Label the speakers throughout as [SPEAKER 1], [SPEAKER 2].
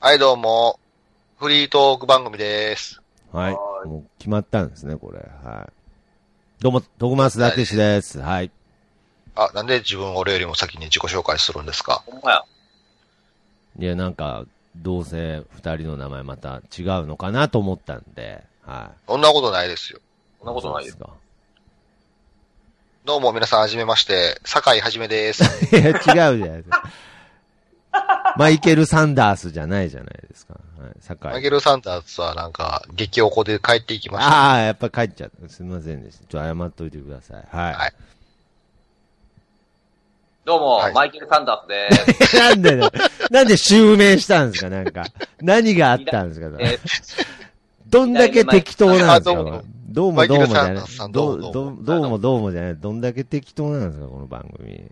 [SPEAKER 1] はい、どうも。フリートーク番組です。
[SPEAKER 2] はい
[SPEAKER 1] は。
[SPEAKER 2] もう決まったんですね、これ。はい。どうも、トグマスダテシです。はい。
[SPEAKER 1] あ、なんで自分俺よりも先に自己紹介するんですか
[SPEAKER 3] ほんまや。
[SPEAKER 2] いや、なんか、どうせ二人の名前また違うのかなと思ったんで、は
[SPEAKER 1] そんなことないですよ。
[SPEAKER 2] い。
[SPEAKER 3] そんなことないよ。
[SPEAKER 2] そう
[SPEAKER 1] どうも皆さん、はじめまして。酒井はじめです。
[SPEAKER 2] ですか。いや、違うじゃないです か。マイケル・サンダースじゃないじゃないですか。はい。酒井
[SPEAKER 1] マイケル・サンダースはなんか、激おこで帰っていきました。
[SPEAKER 2] ああ、やっぱ帰っちゃった。すみませんでした。ちょっと謝っといてください。はい。
[SPEAKER 1] はい
[SPEAKER 3] どうも、
[SPEAKER 1] はい
[SPEAKER 3] マイケル・サンダース です。
[SPEAKER 2] なんでだ、なんで襲名したんですかなんか。何があったんですか
[SPEAKER 3] え
[SPEAKER 2] どんだけ適当なんです
[SPEAKER 1] あどうも
[SPEAKER 2] かどうもどうもじゃ
[SPEAKER 1] マイケ
[SPEAKER 2] ない
[SPEAKER 1] ルサンダースさ。ん
[SPEAKER 2] ど
[SPEAKER 1] ど
[SPEAKER 2] う
[SPEAKER 1] う
[SPEAKER 2] ど
[SPEAKER 1] も
[SPEAKER 2] う
[SPEAKER 1] どうも
[SPEAKER 2] どうもどうもじゃない。どんだけ適当なんですかこの番組。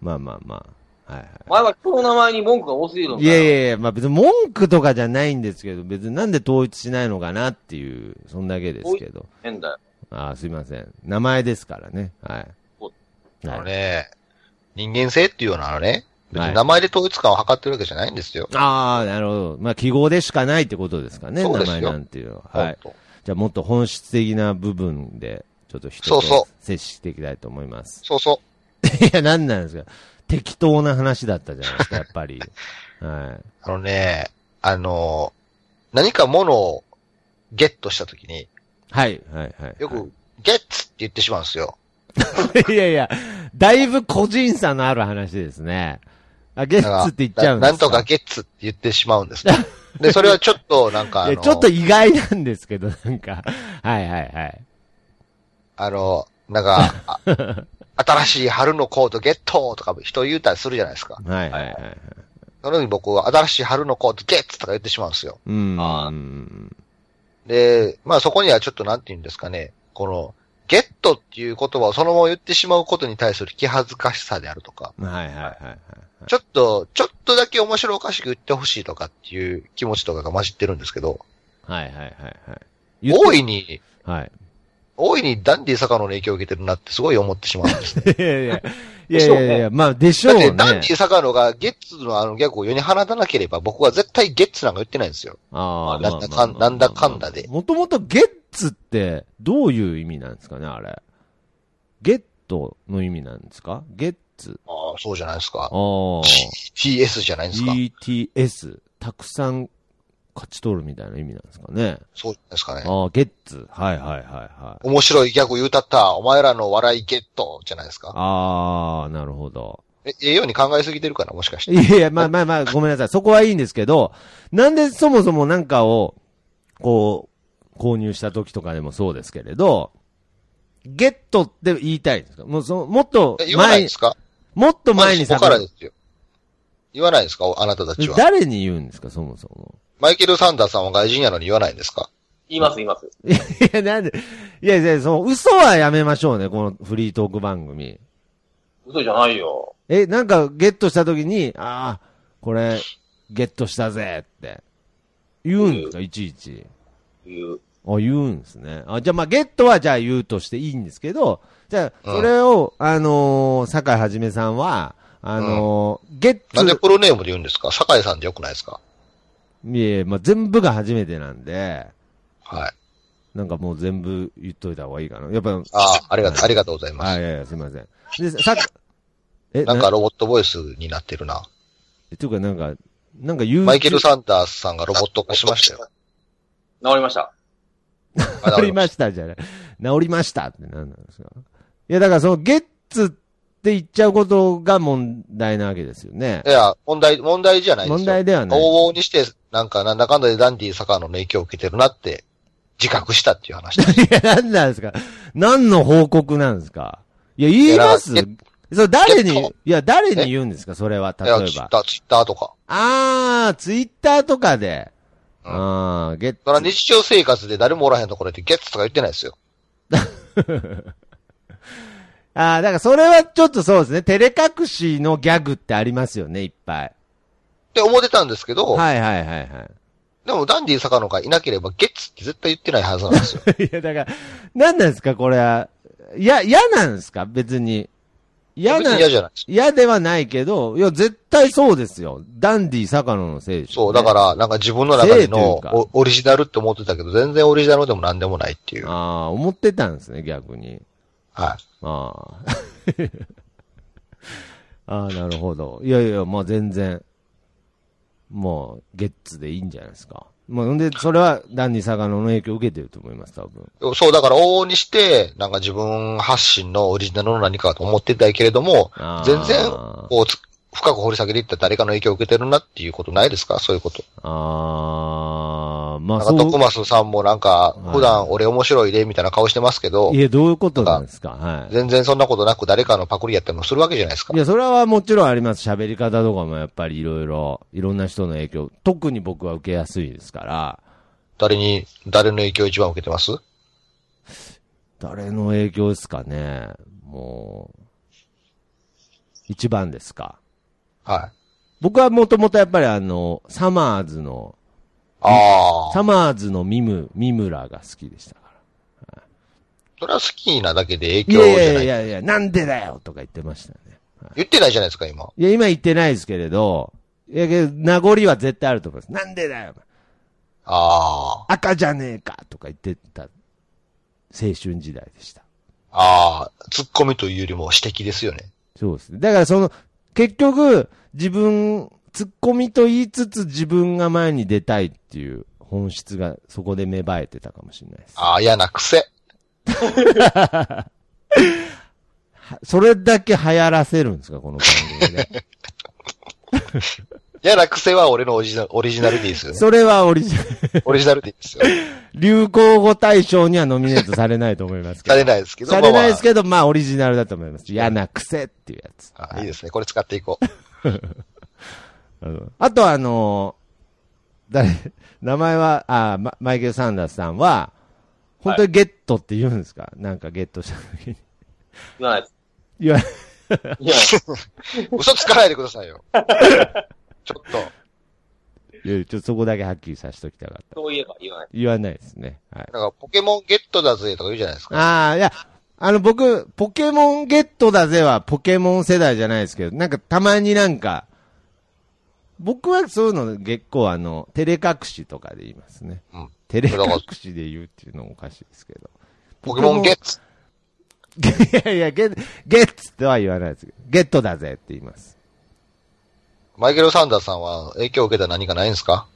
[SPEAKER 2] まあまあまあ。はい
[SPEAKER 3] お前は人の名前に文句が多すぎるの
[SPEAKER 2] はい。
[SPEAKER 3] か
[SPEAKER 2] いやい
[SPEAKER 3] や。
[SPEAKER 2] やいや、まあ別に文句とかじゃないんですけど、別になんで統一しないのかなっていう、そんだけですけど。
[SPEAKER 3] 変だよ。
[SPEAKER 2] ああ、すいません。名前ですからね。はい。
[SPEAKER 1] あの
[SPEAKER 2] はい、
[SPEAKER 1] ね、人間性っていうのはね、別
[SPEAKER 2] はい
[SPEAKER 1] に名前で統一感を測ってるわけじゃないんですよ。
[SPEAKER 2] ああ、なるほど。まあ記号でしかないってことですかね。
[SPEAKER 1] そう
[SPEAKER 2] 名
[SPEAKER 1] ですよ
[SPEAKER 2] 前なんていうのは。はい。
[SPEAKER 1] 本
[SPEAKER 2] じゃあもっと本質的な部分で、ちょっと人
[SPEAKER 1] そう
[SPEAKER 2] と
[SPEAKER 1] そ
[SPEAKER 2] 接していきたいと思います
[SPEAKER 1] 当。そうそ
[SPEAKER 2] いや、なんなんですか。適当な話だったじゃないですか、やっぱり。は
[SPEAKER 1] う。あのね、あの、何かものをゲットしたときに、
[SPEAKER 2] い。はい、はい、はい。
[SPEAKER 1] よく、ゲッツって言ってしまうんですよ。
[SPEAKER 2] く。いやいや、だいぶ個人差のある話ですね。あ、ゲ
[SPEAKER 1] だか
[SPEAKER 2] ッ
[SPEAKER 1] ら
[SPEAKER 2] ツって言っちゃうんで
[SPEAKER 1] な
[SPEAKER 2] すか
[SPEAKER 1] なんとかゲッツって言ってしまうんで すね。で、それはちょっと、なんか、
[SPEAKER 2] い
[SPEAKER 1] あ
[SPEAKER 2] や、
[SPEAKER 1] の、
[SPEAKER 2] ちょっと意外なんですけど、なんか。はい、はい、はい。
[SPEAKER 1] あの、なんか、 あ新しい春のコートゲットとか人言うたりするじゃないですか。
[SPEAKER 2] はい、はい、はい。
[SPEAKER 1] その時に僕は新しい春のコートゲッツとか言ってしまうんですよ。
[SPEAKER 2] うん。
[SPEAKER 3] あー
[SPEAKER 2] うん
[SPEAKER 1] で、まあそこにはちょっとなんて言うんですかね、この、ゲットっていう言葉をそのまま言ってしまうことに対する気恥ずかしさであるとか、
[SPEAKER 2] はい、はい、はいはい。
[SPEAKER 1] ちょっと、ちょっとだけ面白おかしく言ってほしいとかっていう気持ちとかが混じってるんですけど、
[SPEAKER 2] はい、はい、はい。はい言って
[SPEAKER 1] 大いに、
[SPEAKER 2] はい。
[SPEAKER 1] 大いにダンディ坂野の影響を受けてるなってすごい思ってしまうんです ね。
[SPEAKER 2] いやい や、いやいやいや、まあ、でしょ
[SPEAKER 1] だ
[SPEAKER 2] う
[SPEAKER 1] って
[SPEAKER 2] ね。
[SPEAKER 1] ダンディ坂野がゲッツのあのギャグを世に放たなければ僕は絶対ゲッツなんか言ってないんですよ。
[SPEAKER 2] ああ、
[SPEAKER 1] なんだかんなんだかんだで
[SPEAKER 2] もともとゲッツってどういう意味なんですかね、あれ。ゲットの意味なんですかゲッツ。
[SPEAKER 1] ああ、そうじゃないです
[SPEAKER 2] あ
[SPEAKER 1] か。
[SPEAKER 2] あ、
[SPEAKER 1] TS じゃないですか。
[SPEAKER 2] GTS。たくさん勝ち取るみたいな意味なんですかね。
[SPEAKER 1] そうじゃないですかね。
[SPEAKER 2] ああ、ゲッツ。はいはいはいはい。
[SPEAKER 1] 面白いギャグ言うたった、お前らの笑いゲットじゃないですか。
[SPEAKER 2] ああ、なるほど。
[SPEAKER 1] え、ええように考えすぎてるかな、もしかして。
[SPEAKER 2] いやいや、まあまあまあ、ごめんなさい。そこはいいんですけど、なんでそもそもなんかを、こう、購入した時とかでもそうですけれど、ゲットって言いたいんですかもうその、もっと
[SPEAKER 1] え言わない
[SPEAKER 2] 前
[SPEAKER 1] ですか
[SPEAKER 2] もっと前に
[SPEAKER 1] まずそこからですよ。言わないですかおあなたたちは。
[SPEAKER 2] 誰に言うんですか、そもそも。
[SPEAKER 1] マイケル・サンダーさんは外人やのに言わないんですか
[SPEAKER 3] 言います、言います。
[SPEAKER 2] いや、なんで、いやいや、その、嘘はやめましょうね、このフリートーク番組。
[SPEAKER 3] 嘘じゃないよ。
[SPEAKER 2] え、なんか、ゲットした時に、ああ、これ、ゲットしたぜって、言うんですか、いちいち。
[SPEAKER 3] いう。
[SPEAKER 2] あ、言うんですね。あ、じゃあまあ、ゲットはじゃあ言うとしていいんですけど、じゃあ、それを、あのー、酒井はじめさんは、あのー、ゲ
[SPEAKER 1] なんで
[SPEAKER 2] ット、
[SPEAKER 1] プロネームで言うんですか酒井さんでよくないですか
[SPEAKER 2] いえ、まあ、全部が初めてなんで、
[SPEAKER 1] はい。
[SPEAKER 2] なんかもう全部言っといた方がいいかな。やっぱ、
[SPEAKER 1] ああ、ありがとう、ありがとうございま
[SPEAKER 2] あ、
[SPEAKER 1] す
[SPEAKER 2] い。やいや、すいません。で、さえ、
[SPEAKER 1] なん
[SPEAKER 2] な
[SPEAKER 1] かロボットボイスになってるな。
[SPEAKER 2] というかなんか、なんか言う。
[SPEAKER 1] マイケル・サンダースさんがロボット化しました よ。
[SPEAKER 3] 治りました。
[SPEAKER 1] あ
[SPEAKER 2] 治りましたじゃない。治りましたって何なんですか。いや、だからその、ゲッツって言っちゃうことが問題なわけですよね
[SPEAKER 1] い。や、問題、問題じゃないですよ。
[SPEAKER 2] 問題ではない。
[SPEAKER 1] 往々にして、なんか、なんだかんだでダンディ坂野の影響を受けてるなって、自覚したっていう話です。
[SPEAKER 2] いや、何なんですか何の報告なんですかいや、言います
[SPEAKER 1] いやだか
[SPEAKER 2] そう、誰
[SPEAKER 1] えっ
[SPEAKER 2] に
[SPEAKER 1] と、
[SPEAKER 2] いや、誰に言うんですかそれは、 例
[SPEAKER 1] いや
[SPEAKER 2] え
[SPEAKER 1] ツイッ
[SPEAKER 2] ば
[SPEAKER 1] タ。ー、ツイッターとか。
[SPEAKER 2] あー、ツイッターとかで。
[SPEAKER 1] うん
[SPEAKER 2] あー、ゲッ
[SPEAKER 1] そら
[SPEAKER 2] ト。
[SPEAKER 1] 日常生活で誰もおらへんところでゲッツとか言ってないですよ。
[SPEAKER 2] あー、だからそれはちょっとそうですね。照れ隠しのギャグってありますよね、いっぱい。
[SPEAKER 1] って思ってたんですけど、
[SPEAKER 2] はいはいはいはい。
[SPEAKER 1] でもダンディ坂野がいなければゲッツって絶対言ってないはずなんですよ。
[SPEAKER 2] い や、だから、何なんですか、これは。いや、嫌なんですか別に。嫌
[SPEAKER 1] 別
[SPEAKER 2] な
[SPEAKER 1] に、嫌じゃないです。
[SPEAKER 2] 嫌ではないけど、いや、絶対そうですよ。ダンディ坂野のせいでしょ。
[SPEAKER 1] そう、だからら、なんか自分の中での
[SPEAKER 2] せいというか
[SPEAKER 1] おオリジナルって思ってたけど、全然オリジナルでも何でもないっていう。
[SPEAKER 2] ああ、思ってたんですね、逆に。
[SPEAKER 1] は
[SPEAKER 2] ああ。 ああ、なるほど。いやいや、まあ全然、もう、ゲッツでいいんじゃないですか。まあ、ほんで、それは、ダンディ坂野の影響を受けてると思います、多分。
[SPEAKER 1] い。そう、だから往々にして、なんか自分発信のオリジナルの何かと思ってたけれども
[SPEAKER 2] あ、ー
[SPEAKER 1] 全然、こうつ、深く掘り下げていったら誰かの影響を受けてるなっていうことないですかそういうこと。
[SPEAKER 2] ああ、まあ
[SPEAKER 1] なんか、
[SPEAKER 2] そう
[SPEAKER 1] 徳。松さんもなんか
[SPEAKER 2] は、い
[SPEAKER 1] 普段俺面白いで、みたいな顔してますけど
[SPEAKER 2] い、や、どういうことなんですかはい。
[SPEAKER 1] 全然そんなことなく誰かのパクリやったりもするわけじゃないですか
[SPEAKER 2] い。や、それはもちろんあります。喋り方とかもやっぱりいろいろ、いろんな人の影響、特に僕は受けやすいですから、
[SPEAKER 1] 誰に、誰の影響を一番受けてます
[SPEAKER 2] 誰の影響ですかね。もう、一番ですか。
[SPEAKER 1] はい。
[SPEAKER 2] 僕はもともとやっぱりあの、サマーズの、
[SPEAKER 1] ああ。
[SPEAKER 2] サマーズのミム、ミムラが好きでしたから。
[SPEAKER 1] それは好きなだけで
[SPEAKER 2] い
[SPEAKER 1] 影響じ
[SPEAKER 2] やい
[SPEAKER 1] ゃない。
[SPEAKER 2] やいやいや、なんでだよとか言ってましたね。
[SPEAKER 1] 言ってないじゃないですか、今。
[SPEAKER 2] いや、今言ってないですけれど、いやけど、名残は絶対あると思います。なんでだよ
[SPEAKER 1] ああ。
[SPEAKER 2] 赤じゃねえかとか言ってた、青春時代でした。
[SPEAKER 1] ああ。突っ込みというよりも指摘ですよね。
[SPEAKER 2] そうですね。だからその、結局、自分、突っ込みと言いつつ自分が前に出たいっていう本質がそこで芽生えてたかもしれないです。
[SPEAKER 1] ああ、嫌な癖。
[SPEAKER 2] それだけ流行らせるんですか、この番組で。
[SPEAKER 1] 嫌な癖は俺のオリジナルオリジナルでいいですよね。
[SPEAKER 2] それはオリジナル、
[SPEAKER 1] オリジナルでいいですよ。
[SPEAKER 2] 流行語大賞にはノミネートされないと思いますけ
[SPEAKER 1] さ
[SPEAKER 2] ど。
[SPEAKER 1] れないですけど。
[SPEAKER 2] されないです
[SPEAKER 1] ど。
[SPEAKER 2] けど、まあオリジナルだと思います。嫌な癖っていうやつ。
[SPEAKER 1] ああいいですね。これ使っていこう。
[SPEAKER 2] うんあとはあのー誰、名前は、あママイケル・サンダースさんは、本当にゲットって言うんですか、なんかゲットした時に。
[SPEAKER 3] 言わないです。
[SPEAKER 2] いや、
[SPEAKER 3] 言わないです。
[SPEAKER 1] 嘘つかないでくださいよ。ちょっと。
[SPEAKER 2] いやちょっとそこだけはっきりさせときたかった。
[SPEAKER 3] そういえば言わない
[SPEAKER 2] 言わないですね。はい。
[SPEAKER 1] なんか、ポケモンゲットだぜとか言うじゃないですか。
[SPEAKER 2] ああ、いや、あの僕、ポケモンゲットだぜはポケモン世代じゃないですけど、なんかたまになんか、僕はそういうの結構あの、照れ隠しとかで言いますね。
[SPEAKER 1] うん
[SPEAKER 2] 照れ隠しで言うっていうのもおかしいですけど。
[SPEAKER 1] ポケモンゲッツ。
[SPEAKER 2] いやいや、ゲッ、ゲッツとは言わないですけど、ゲットだぜって言います。
[SPEAKER 1] マイケル・サンダースさんは影響を受けた何かないんですか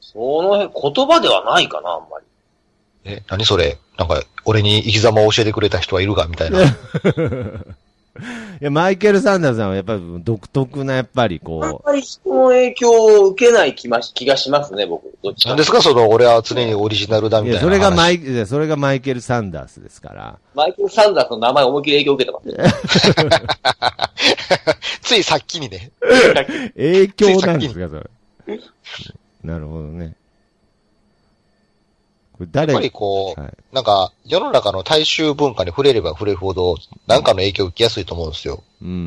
[SPEAKER 3] その辺、言葉ではないかな、あんまり。
[SPEAKER 1] え、何それなんか、俺に生き様を教えてくれた人はいるかみたいな。
[SPEAKER 2] いや、マイケル・サンダーさんはやっぱり独特な、やっぱり
[SPEAKER 3] あん
[SPEAKER 2] こ
[SPEAKER 3] まり人の影響を受けない気まし気がしますね、僕。どっちか
[SPEAKER 1] 何ですかその、俺は常にオリジナルだ
[SPEAKER 2] う、い
[SPEAKER 1] みた
[SPEAKER 2] や、
[SPEAKER 1] いな話。
[SPEAKER 2] それがマイ、いやそれがマイケル・サンダースですから。
[SPEAKER 3] マイケル・サンダースの名前思いっきり影響を受けてますね。
[SPEAKER 1] ついさっきにね。
[SPEAKER 2] 影響なんですか、それ。なるほどね。これ誰
[SPEAKER 1] やっぱりこ、
[SPEAKER 2] はいう
[SPEAKER 1] なんか、世の中の大衆文化に触れれば触れるほど、なんかの影響を受けやすいと思うんですよ。
[SPEAKER 2] うん、うん、う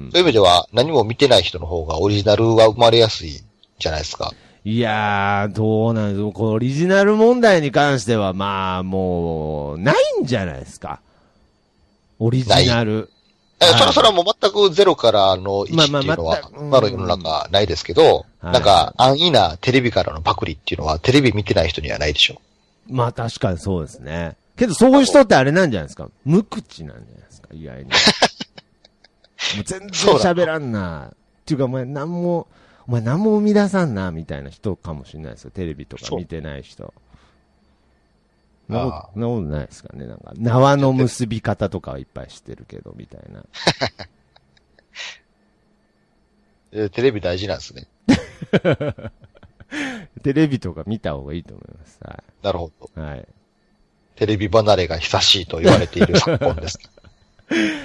[SPEAKER 2] ん、うん
[SPEAKER 1] そう。いう意味では、何も見てない人の方がオリジナルは生まれやすいじゃないですか。
[SPEAKER 2] いやー、どうなんですか。このオリジナル問題に関しては、まあ、もう、ないんじゃないですか。オリジナル。
[SPEAKER 1] だからそ
[SPEAKER 2] は
[SPEAKER 1] れ
[SPEAKER 2] い
[SPEAKER 1] それはもう全くゼロからの1って
[SPEAKER 2] まあ
[SPEAKER 1] いうの
[SPEAKER 2] まあ
[SPEAKER 1] は、
[SPEAKER 2] 全くうん
[SPEAKER 1] 今の世の中ないですけど、
[SPEAKER 2] はい
[SPEAKER 1] なんか安易なテレビからのパクリっていうのはテレビ見てない人にはないでしょ。
[SPEAKER 2] まあ確かにそうですね。けどそういう人ってあれなんじゃないですか無口なんじゃないですか意 外に。もう全然喋らんな。っていうかお前何も、お前何も生み出さんな、みたいな人かもしれないですよ。テレビとか見てない人。そんな
[SPEAKER 1] あ
[SPEAKER 2] ことそんなことないですかねなんか、縄の結び方とかはいっぱい知ってるけど、みたい な。
[SPEAKER 1] えーテレビ大事なんですね。
[SPEAKER 2] テレビとか見た方がいいと思います。は
[SPEAKER 1] なるほど。
[SPEAKER 2] い。はい。
[SPEAKER 1] テレビ離れが久しいと言われて いる昨今です。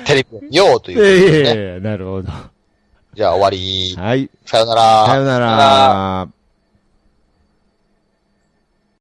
[SPEAKER 1] テレビを見ようと
[SPEAKER 2] い
[SPEAKER 1] いうこと
[SPEAKER 2] やい
[SPEAKER 1] です
[SPEAKER 2] や
[SPEAKER 1] ね。
[SPEAKER 2] いや、なるほど。
[SPEAKER 1] じゃあ終わり。
[SPEAKER 2] はい。
[SPEAKER 1] さよなら。
[SPEAKER 2] さよなら。